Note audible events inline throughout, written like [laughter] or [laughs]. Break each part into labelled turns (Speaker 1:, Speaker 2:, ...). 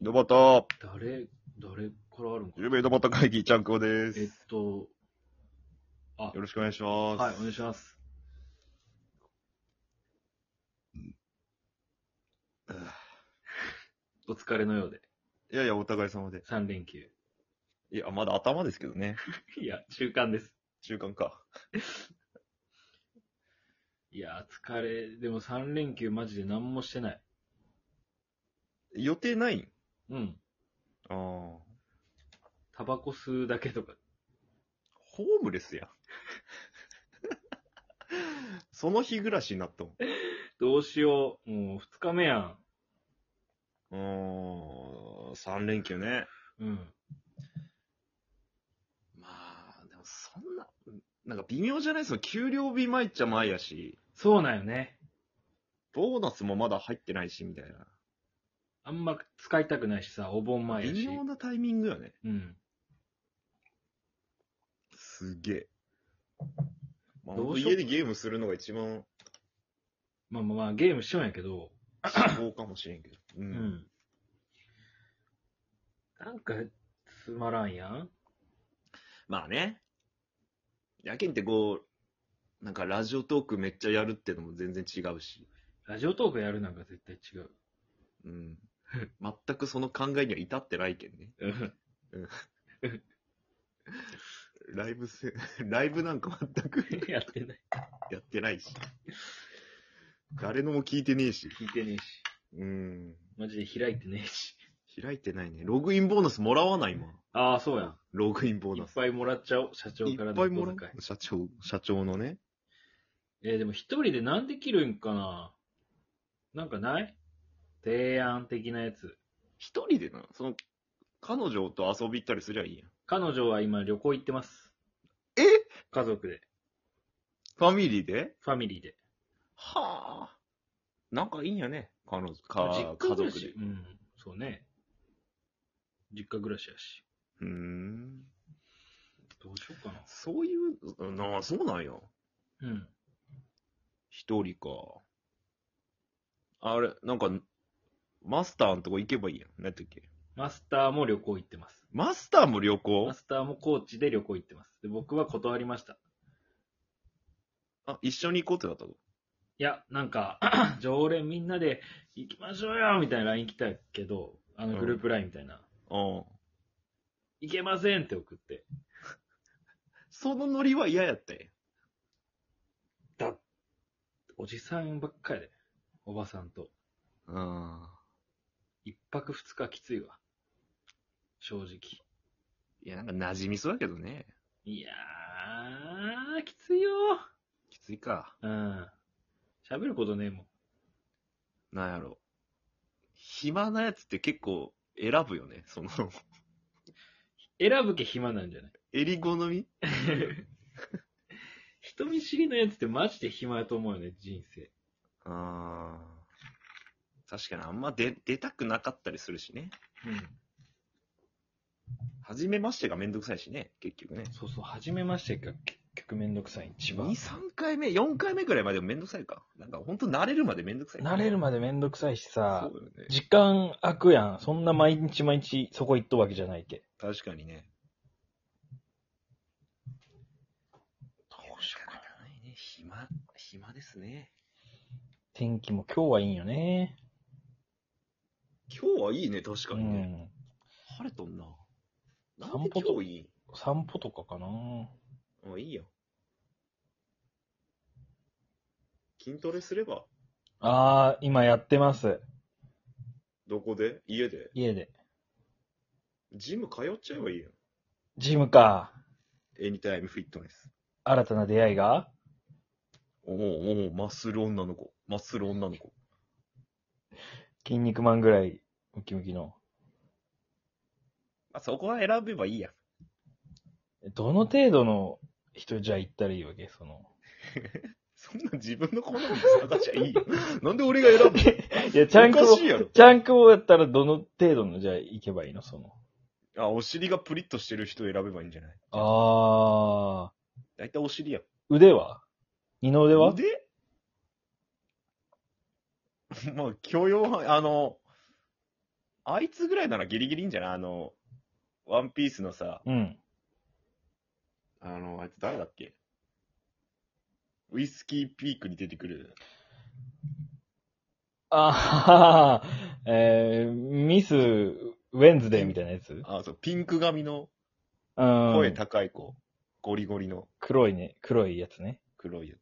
Speaker 1: 井戸端、
Speaker 2: 誰、誰からあるんか
Speaker 1: ゆる
Speaker 2: な
Speaker 1: べ井戸端会議、ちゃんこで
Speaker 2: えっ
Speaker 1: す。
Speaker 2: と、あ
Speaker 1: よろしくお願いします。
Speaker 2: はい、お願いします。 [laughs] お疲れのようで、
Speaker 1: いやいや、お互い様で。
Speaker 2: 3連休。
Speaker 1: いや、まだ頭ですけどね。
Speaker 2: いや、中間です。
Speaker 1: 中間か。
Speaker 2: いや、疲れ、でも3連休マジで何もしてない。
Speaker 1: 予定ないん
Speaker 2: うん。
Speaker 1: ああ。ホ
Speaker 2: タバコ吸うだけとか。
Speaker 1: ームレスやん。 [laughs] その日暮らしになった
Speaker 2: どうしよう。もう2日目やん。
Speaker 1: もん。うーん、3連休ね。
Speaker 2: うん。
Speaker 1: まあ、でもそんな、なんか微妙じゃないその給料日前っちゃ前やし、
Speaker 2: そうなんよね。
Speaker 1: ボーナスもまだ入ってないし、みたいな。
Speaker 2: あんま使いたくないしさ、お盆前や
Speaker 1: 微
Speaker 2: し。
Speaker 1: 妙なタイミングよね。
Speaker 2: うん。
Speaker 1: すげえ。まあ、
Speaker 2: ど
Speaker 1: ほん
Speaker 2: う
Speaker 1: と
Speaker 2: しよう
Speaker 1: 家でゲームするのが一番
Speaker 2: まあまあまあ、ゲームしようんやけど、
Speaker 1: 希望かもしれんけど。う。
Speaker 2: うんん。なんか、つまらんやん
Speaker 1: まあね。やけんってこう、なんかラジオトークめっちゃやるってのも全然違うし。
Speaker 2: ラジオトークやるなんか絶対違う。
Speaker 1: うん。全くその考えには至ってないけんね。ライブせ、 [laughs] ライブなんか全く
Speaker 2: やってない。
Speaker 1: やってないし。誰のも聞いてねえし。
Speaker 2: 聞いてねえし。
Speaker 1: うん。
Speaker 2: マジで開いてねえし。
Speaker 1: 開いてないね。ログインボーナスもらわないもん。
Speaker 2: ああ、そうや。
Speaker 1: ログインボー
Speaker 2: いっ
Speaker 1: ナス。
Speaker 2: ぱいもらっちゃおう。社長
Speaker 1: いっ
Speaker 2: から
Speaker 1: ぱいもら
Speaker 2: お
Speaker 1: う
Speaker 2: 小遣い。
Speaker 1: 社長、社長のね。
Speaker 2: えーでも一人で何できるんかななんかない提案的なやつ。
Speaker 1: 一人でな、その、彼女と遊び行ったりすりゃいいやん。
Speaker 2: 彼女は今旅行行ってます。
Speaker 1: え
Speaker 2: 家族で。
Speaker 1: ファミリーで
Speaker 2: ファミリーで。
Speaker 1: はあ。なんかいいんやね。彼女、
Speaker 2: 実
Speaker 1: か、
Speaker 2: 家
Speaker 1: 家
Speaker 2: 暮ら
Speaker 1: 族
Speaker 2: し
Speaker 1: で。
Speaker 2: うん。そうね。実家暮らしやし。
Speaker 1: うーん。
Speaker 2: どうしようかな。
Speaker 1: そういう、なあ、そうなんや。
Speaker 2: うん。
Speaker 1: 一人か。あれ、なんか、マスターのとこ行けばいいやん。何やったっけ。
Speaker 2: マスターも旅行行ってます。
Speaker 1: マスターも旅行
Speaker 2: マスターも高知で旅行行ってます。で、僕は断りました。
Speaker 1: あ、一緒に行こうってなったの
Speaker 2: いや、なんか、 [clears throat] 常連みんなで行きましょうよみたいな LINE 来たけど、あのグループ LINE みたいな。
Speaker 1: うん。
Speaker 2: 行けませんって送って。
Speaker 1: そのノリは嫌やったんや
Speaker 2: だおじさんばっかりで、おばさんと。
Speaker 1: うん。
Speaker 2: 一泊二日きついわ。正直。
Speaker 1: いや、なんか馴染みそうだけどね。
Speaker 2: いやー、きついよ
Speaker 1: きついか。
Speaker 2: うん。喋ることねえもん。
Speaker 1: なんやろ。暇なやつって結構選ぶよね。 [laughs] その、
Speaker 2: 選ぶけ暇なんじゃない
Speaker 1: 襟好み
Speaker 2: 人見知りのやつってマジで暇やと思うよね、人生。
Speaker 1: あー確かにあんま出、出たくなかったりするしね。
Speaker 2: うん。
Speaker 1: 初めましてがめんどくさいしね、結局ね。
Speaker 2: そうそう、初めましてが結局めんどくさい、一
Speaker 1: 2、
Speaker 2: 番。
Speaker 1: 3回目、4回目ぐらいまでもめんどくさいか。なんかほんと慣れるまでめんどくさい。
Speaker 2: 慣れるまでめんどくさいしさ
Speaker 1: そ、うよね。
Speaker 2: 時間空くやん。そんな毎日毎日そこ行っとうわけじゃないけ。
Speaker 1: 確かにね。
Speaker 2: ど
Speaker 1: 確
Speaker 2: うしようかな。
Speaker 1: かにね。暇、暇ですね。
Speaker 2: 天気も今日はいいんよね。
Speaker 1: 今日はいいね、確か
Speaker 2: う
Speaker 1: にね。
Speaker 2: ん。
Speaker 1: 晴れとんな。な
Speaker 2: 散歩
Speaker 1: んで今日いい
Speaker 2: 散歩とかかな。
Speaker 1: もういいよ。筋トレすれば
Speaker 2: あー、今やってます。
Speaker 1: どこで家で
Speaker 2: 家で。
Speaker 1: ジム通っちゃえばいいよ。
Speaker 2: ジムか。
Speaker 1: エニタイムフィットネス。
Speaker 2: 新たな出会いが
Speaker 1: おおおおマッスル女の子。マッスル女の子。
Speaker 2: 筋肉マンぐらい、ムキムキの。
Speaker 1: あ、そこは選べばいいや。
Speaker 2: どの程度の人じゃ行ったらいいわけそ [laughs] の。
Speaker 1: そんな自分の好み探しゃいいよ。なんで俺が選ぶの
Speaker 2: いや、ちゃん
Speaker 1: お
Speaker 2: こ
Speaker 1: かしいやろ。
Speaker 2: ちゃんこをやったらどの程度のじゃあ行けばいいのその。
Speaker 1: あ、お尻がプリッとしてる人選べばいいんじゃない
Speaker 2: あ
Speaker 1: だいたいお尻やん。
Speaker 2: ー。腕は二の腕
Speaker 1: [laughs]
Speaker 2: は
Speaker 1: でまあ、許容範囲、あの、あいつぐらいならギリギリいいんじゃないあの、ワンピースのさ、
Speaker 2: うん。
Speaker 1: あの、あいつ誰だっけウイスキーピークに出てくる。
Speaker 2: あははは、えー、 [laughs] ミス、ウェンズデーみたいなやつ
Speaker 1: あ、そう、ピンク髪の
Speaker 2: う
Speaker 1: 声
Speaker 2: ん。
Speaker 1: 高い子。ゴリゴリの
Speaker 2: 黒いね、黒いやつね。
Speaker 1: 黒いやつ。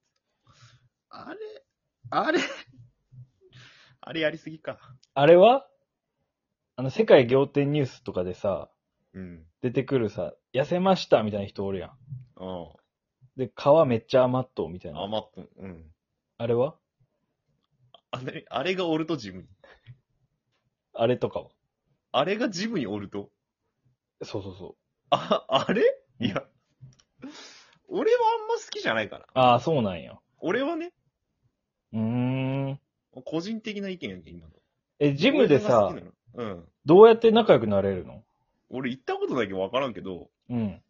Speaker 1: あれ、あれ、 [laughs] あれやりすぎか。
Speaker 2: あれはあの、世界仰天ニュースとかでさ、
Speaker 1: うん。
Speaker 2: 出てくるさ、痩せましたみたいな人おるやん。
Speaker 1: うん。
Speaker 2: で、皮めっちゃ甘っとうみたいな。
Speaker 1: 甘っぷん。うん。
Speaker 2: あれは
Speaker 1: あれ、あれがオルトジムに。
Speaker 2: あれとかは
Speaker 1: あれがジムにオルト
Speaker 2: そうそうそう。
Speaker 1: あ、あれ
Speaker 2: うん
Speaker 1: いや、俺はあんま好きじゃないから。
Speaker 2: ああ、そうなんや。
Speaker 1: 俺はね、
Speaker 2: うーん。
Speaker 1: 個人的な意見やけん、今の。
Speaker 2: え、ジムで
Speaker 1: 俺
Speaker 2: さ
Speaker 1: が好、きなのうん。
Speaker 2: どうやって仲良くなれるの
Speaker 1: 俺行ったことだけど分からんけど、
Speaker 2: うん。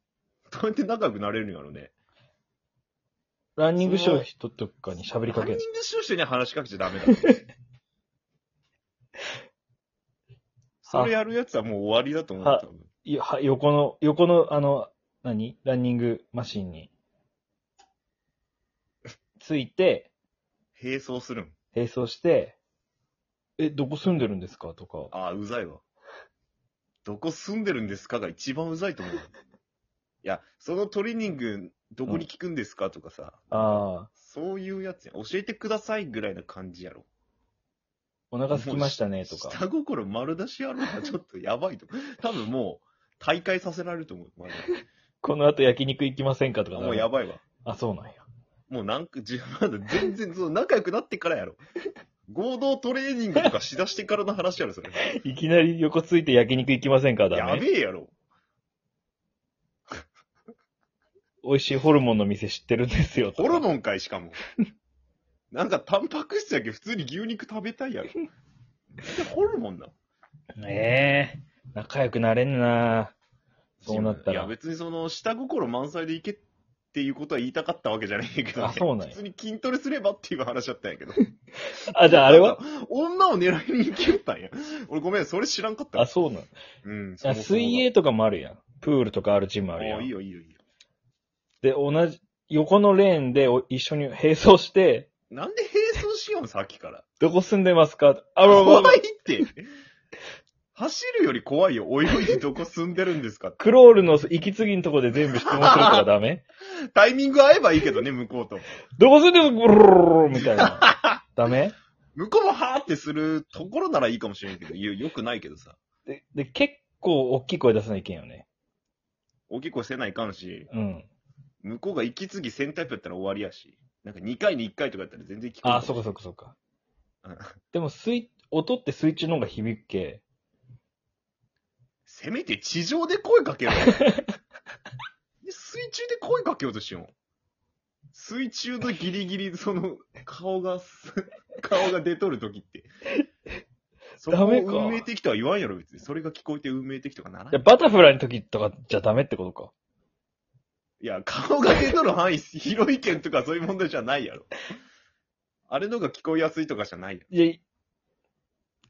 Speaker 1: どうやって仲良くなれるんやろね。
Speaker 2: ランニングショー人とかに喋りかけ
Speaker 1: ラン
Speaker 2: る
Speaker 1: ニングしよう人には話しかけちゃダ
Speaker 2: [laughs]
Speaker 1: メだ。それやるやつはもう終わりだと思う。
Speaker 2: は
Speaker 1: 多分
Speaker 2: いや、は横の、横の、あの、何ランニングマシンに。ついて、
Speaker 1: 並走するん。
Speaker 2: 並走して、え、どこ住んでるんですかとか。
Speaker 1: ああ、うざいわ。どこ住んでるんですかが一番うざい
Speaker 2: [laughs]
Speaker 1: と思う。いや、そのトレーニング、どこに効くんですかとかさ、
Speaker 2: ああ、
Speaker 1: そういうやつや。教えてくださいぐらいな感じやろ。
Speaker 2: お腹空きましたね、とか。
Speaker 1: 下心丸出しやろうな、ちょっとやばいと。多分もう、大会させられると思う。ま
Speaker 2: この後焼肉行きませんかと
Speaker 1: だ
Speaker 2: か。
Speaker 1: もうやばいわ。
Speaker 2: あ、そうなんや。
Speaker 1: もうなんか、自分まだ全然、そう、仲良くなってからやろ。合同トレーニングとかしだしてからの話やろ、それ。
Speaker 2: いきなり横ついて焼肉行きませんかだ
Speaker 1: や
Speaker 2: ね。
Speaker 1: べえやろ。
Speaker 2: 美味しいホルモンの店知ってるんですよ。とか
Speaker 1: ホルモンかい、しかも。なんか、タンパク質やけ、普通に牛肉食べたいやろ。なんでホルモンな
Speaker 2: ねえ。仲良くなれんなそうなったら
Speaker 1: いや、別にその、下心満載でいけっていうことは言いたかったわけじゃないけど、ね。
Speaker 2: あそうなんや
Speaker 1: 普通に筋トレすればっていう話だったんやけど。
Speaker 2: [laughs] あ、じゃああれは
Speaker 1: なんか女を狙いに行けよったんや。俺ごめん、それ知らんかったわ
Speaker 2: あ、そうなん
Speaker 1: うん。
Speaker 2: あ水泳とかもあるやん。プールとかあるジムあ
Speaker 1: あ
Speaker 2: るやん。
Speaker 1: いいよ、いいよ、いいよ。
Speaker 2: で、同じ、横のレーンでお一緒に並走して、
Speaker 1: なんで並走しようの、さっき
Speaker 2: [laughs]
Speaker 1: から。
Speaker 2: どこ住んでますかあ、わわわ
Speaker 1: 怖いって。走るより怖いよ。泳いでどこ住んでるんですかって
Speaker 2: クロールの息継ぎのとこで全部質問するとかダメ
Speaker 1: タイミング合えばいいけどね、向こうと。
Speaker 2: どこ住んでますブルルルルルみたいな。ダメ
Speaker 1: 向こうもはーってするところならいいかもしれんけど、よよくないけどさ。
Speaker 2: でで、結構大きい声出さないけんよね。
Speaker 1: 大きい声せないかんし、
Speaker 2: うん。
Speaker 1: 向こうが息継ぎ1000タイプやったら終わりやし。なんか2回に1回とかやったら全然聞こえ
Speaker 2: あ、そっか
Speaker 1: う
Speaker 2: そっかそっか
Speaker 1: うん。
Speaker 2: でも水、音って水中の方が響くけ。
Speaker 1: せめて地上で声かけ
Speaker 2: [laughs]
Speaker 1: ろよ。で水中で声かけようとしよう。水中のギリギリ、その、顔が [laughs] す、顔が出とる時って。そこ
Speaker 2: ダ
Speaker 1: を
Speaker 2: メか
Speaker 1: 運命的とは言わんやろ、別に。それが聞こえて運命的とかならん
Speaker 2: いや、バタフライの時とかじゃダメってことか。
Speaker 1: いや、顔が出とる範囲、広い県とかそういう問題じゃないやろ。あれのが聞こえやすいとかじゃないや
Speaker 2: いや、い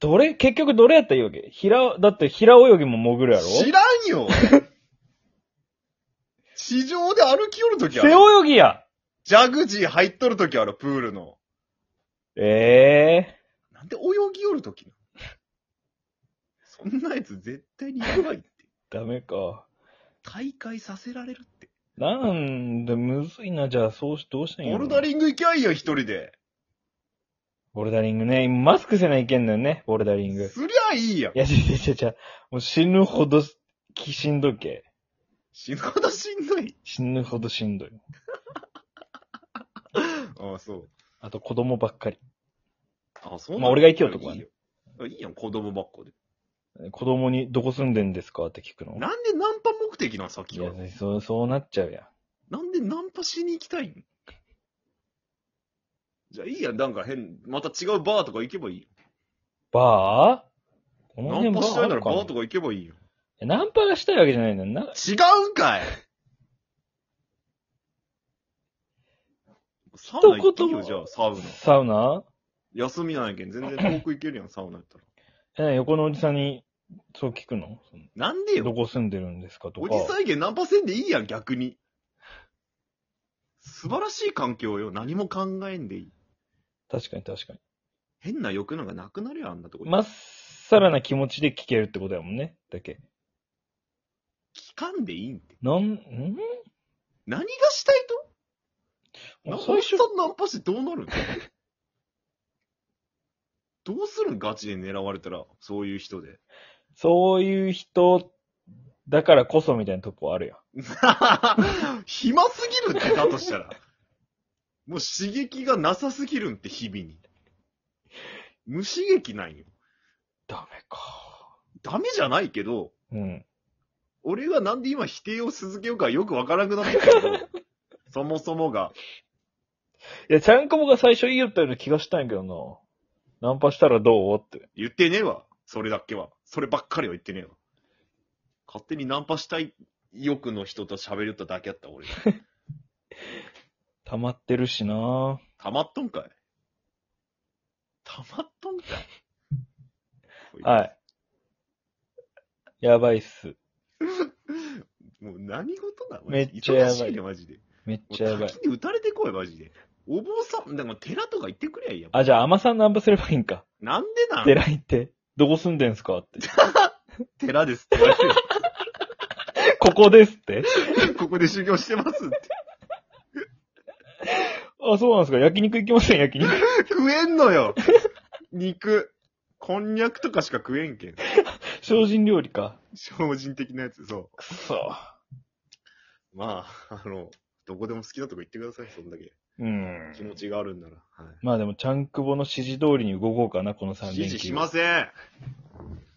Speaker 2: どれ、結局どれやったらいいわけ平、だって平泳ぎも潜るや
Speaker 1: ろ。
Speaker 2: ろ
Speaker 1: 知らん
Speaker 2: [laughs]
Speaker 1: よ地上で歩き寄るときあ
Speaker 2: 背
Speaker 1: る。
Speaker 2: 泳ぎや
Speaker 1: ジャグジー入っとるときある、プールの。
Speaker 2: ええ
Speaker 1: なんで泳ぎ寄るときなのそんなやつ絶対にやばいって。
Speaker 2: ダメか。
Speaker 1: 大会させられるって。
Speaker 2: なんで、むずいな、じゃあ、そうし、どうしたんや
Speaker 1: ボ
Speaker 2: ろ
Speaker 1: ルダリング行きゃいいよ、一人で。
Speaker 2: ボルダリングね。今マスクせないけんのよね、ボルダリング。い
Speaker 1: すりゃいいやん。
Speaker 2: や、ちゃちゃちゃ、もう死ぬほど、きしんどいけ。
Speaker 1: 死ぬほどしんどい。
Speaker 2: 死ぬほどしんどい。
Speaker 1: ああ、そう。
Speaker 2: あと、子供ばっかり。
Speaker 1: ああ、そうなんだ
Speaker 2: まあ俺が行けよとこはいね
Speaker 1: いよ。いいやん、子供ばっかで。
Speaker 2: 子供に、どこ住んでんですかって聞くの。
Speaker 1: なんでナンパ目的なん、さっ
Speaker 2: い
Speaker 1: き
Speaker 2: や
Speaker 1: は。、
Speaker 2: そう、そうなっちゃうやん。
Speaker 1: なんでナンパしに行きたいんじゃあいいやん、なんか変、また違うバーとか行けばいいよ。
Speaker 2: バーこの
Speaker 1: ナ
Speaker 2: 辺
Speaker 1: ン
Speaker 2: バ
Speaker 1: パ
Speaker 2: ー
Speaker 1: したいな
Speaker 2: あ
Speaker 1: ら
Speaker 2: るか
Speaker 1: バ
Speaker 2: な
Speaker 1: ーとか行けばいいよ。
Speaker 2: いやナンパがしたいわけじゃないんだよ。な、
Speaker 1: 違うんかいサウナ行っていいよ、じゃあ、サウナ。
Speaker 2: サウナ
Speaker 1: 休みなんやけん、全然遠く行けるやん、サウナやったら。
Speaker 2: え横のおじさんにそう聞くのその
Speaker 1: なんでよ。
Speaker 2: どこ住んでるんですかと
Speaker 1: お
Speaker 2: か
Speaker 1: じ。再現ナンパせんでいいやん、逆に。素晴らしい環境よ。何も考えんでいい。
Speaker 2: 確かに確かに。
Speaker 1: 変な欲なんかなくなるよ、あんなとこに。
Speaker 2: まっさらな気持ちで聞けるってことやもんね。だけ。
Speaker 1: 聞かんでいいんって。
Speaker 2: なん、ん
Speaker 1: 何がしたいとナンパ
Speaker 2: 最初
Speaker 1: さんナンパしてどうなるんどうするんガチで狙われたら、そういう人で。
Speaker 2: そういう人だからこそみたいなとこあるやん。
Speaker 1: [laughs] 暇すぎるって、だとしたら。もう刺激がなさすぎるんって、日々に。無刺激なんよ。
Speaker 2: ダメか。
Speaker 1: ダメじゃないけど、
Speaker 2: うん。
Speaker 1: 俺はなんで今否定を続けようかよくわからなくなってきたけど、そもそもが。
Speaker 2: いや、ちゃんこぼが最初言いよったような気がしたんやけどな。ナンパしたらどうって。
Speaker 1: 言ってねえわ。それだけは。そればっかりは言ってねえわ。勝手にナンパしたい欲の人と喋りよっただけやった、俺。
Speaker 2: 溜まってるしな
Speaker 1: たまっとんかい。たまっとんかい。
Speaker 2: はい。やばいっす。
Speaker 1: い。もう何事なの
Speaker 2: めっちゃやばい
Speaker 1: 忙しいね、マジで。
Speaker 2: めっちゃや
Speaker 1: も
Speaker 2: ば
Speaker 1: う
Speaker 2: い。
Speaker 1: 滝に打たれてこい、マジで。お坊さん、でも寺とか行ってくれやいいやん。
Speaker 2: あ、じゃあ、甘さんナンパすればいいんか。
Speaker 1: なんでなん
Speaker 2: 寺行って。どこ住んでんすかって。
Speaker 1: 寺ですって言われてる
Speaker 2: ここです [laughs] って。
Speaker 1: [laughs] ここで修行してますって。
Speaker 2: あ、そうなんですか。焼肉行きません、焼 [laughs] 肉。
Speaker 1: 食えんの
Speaker 2: [laughs]
Speaker 1: よ肉。こんにゃくとかしか食えんけん。
Speaker 2: 精進料理か。
Speaker 1: 精進的なやつ、そ
Speaker 2: くそ。
Speaker 1: う。まあ、あの、どこでも好きなとこ行ってください、そんだけ。
Speaker 2: うん
Speaker 1: 気持ちがあるんなら。は
Speaker 2: まあでも、ちゃんくぼの指示通りに動こうかな、この
Speaker 1: い。
Speaker 2: 3
Speaker 1: 指
Speaker 2: 連
Speaker 1: 示し
Speaker 2: 休。
Speaker 1: ません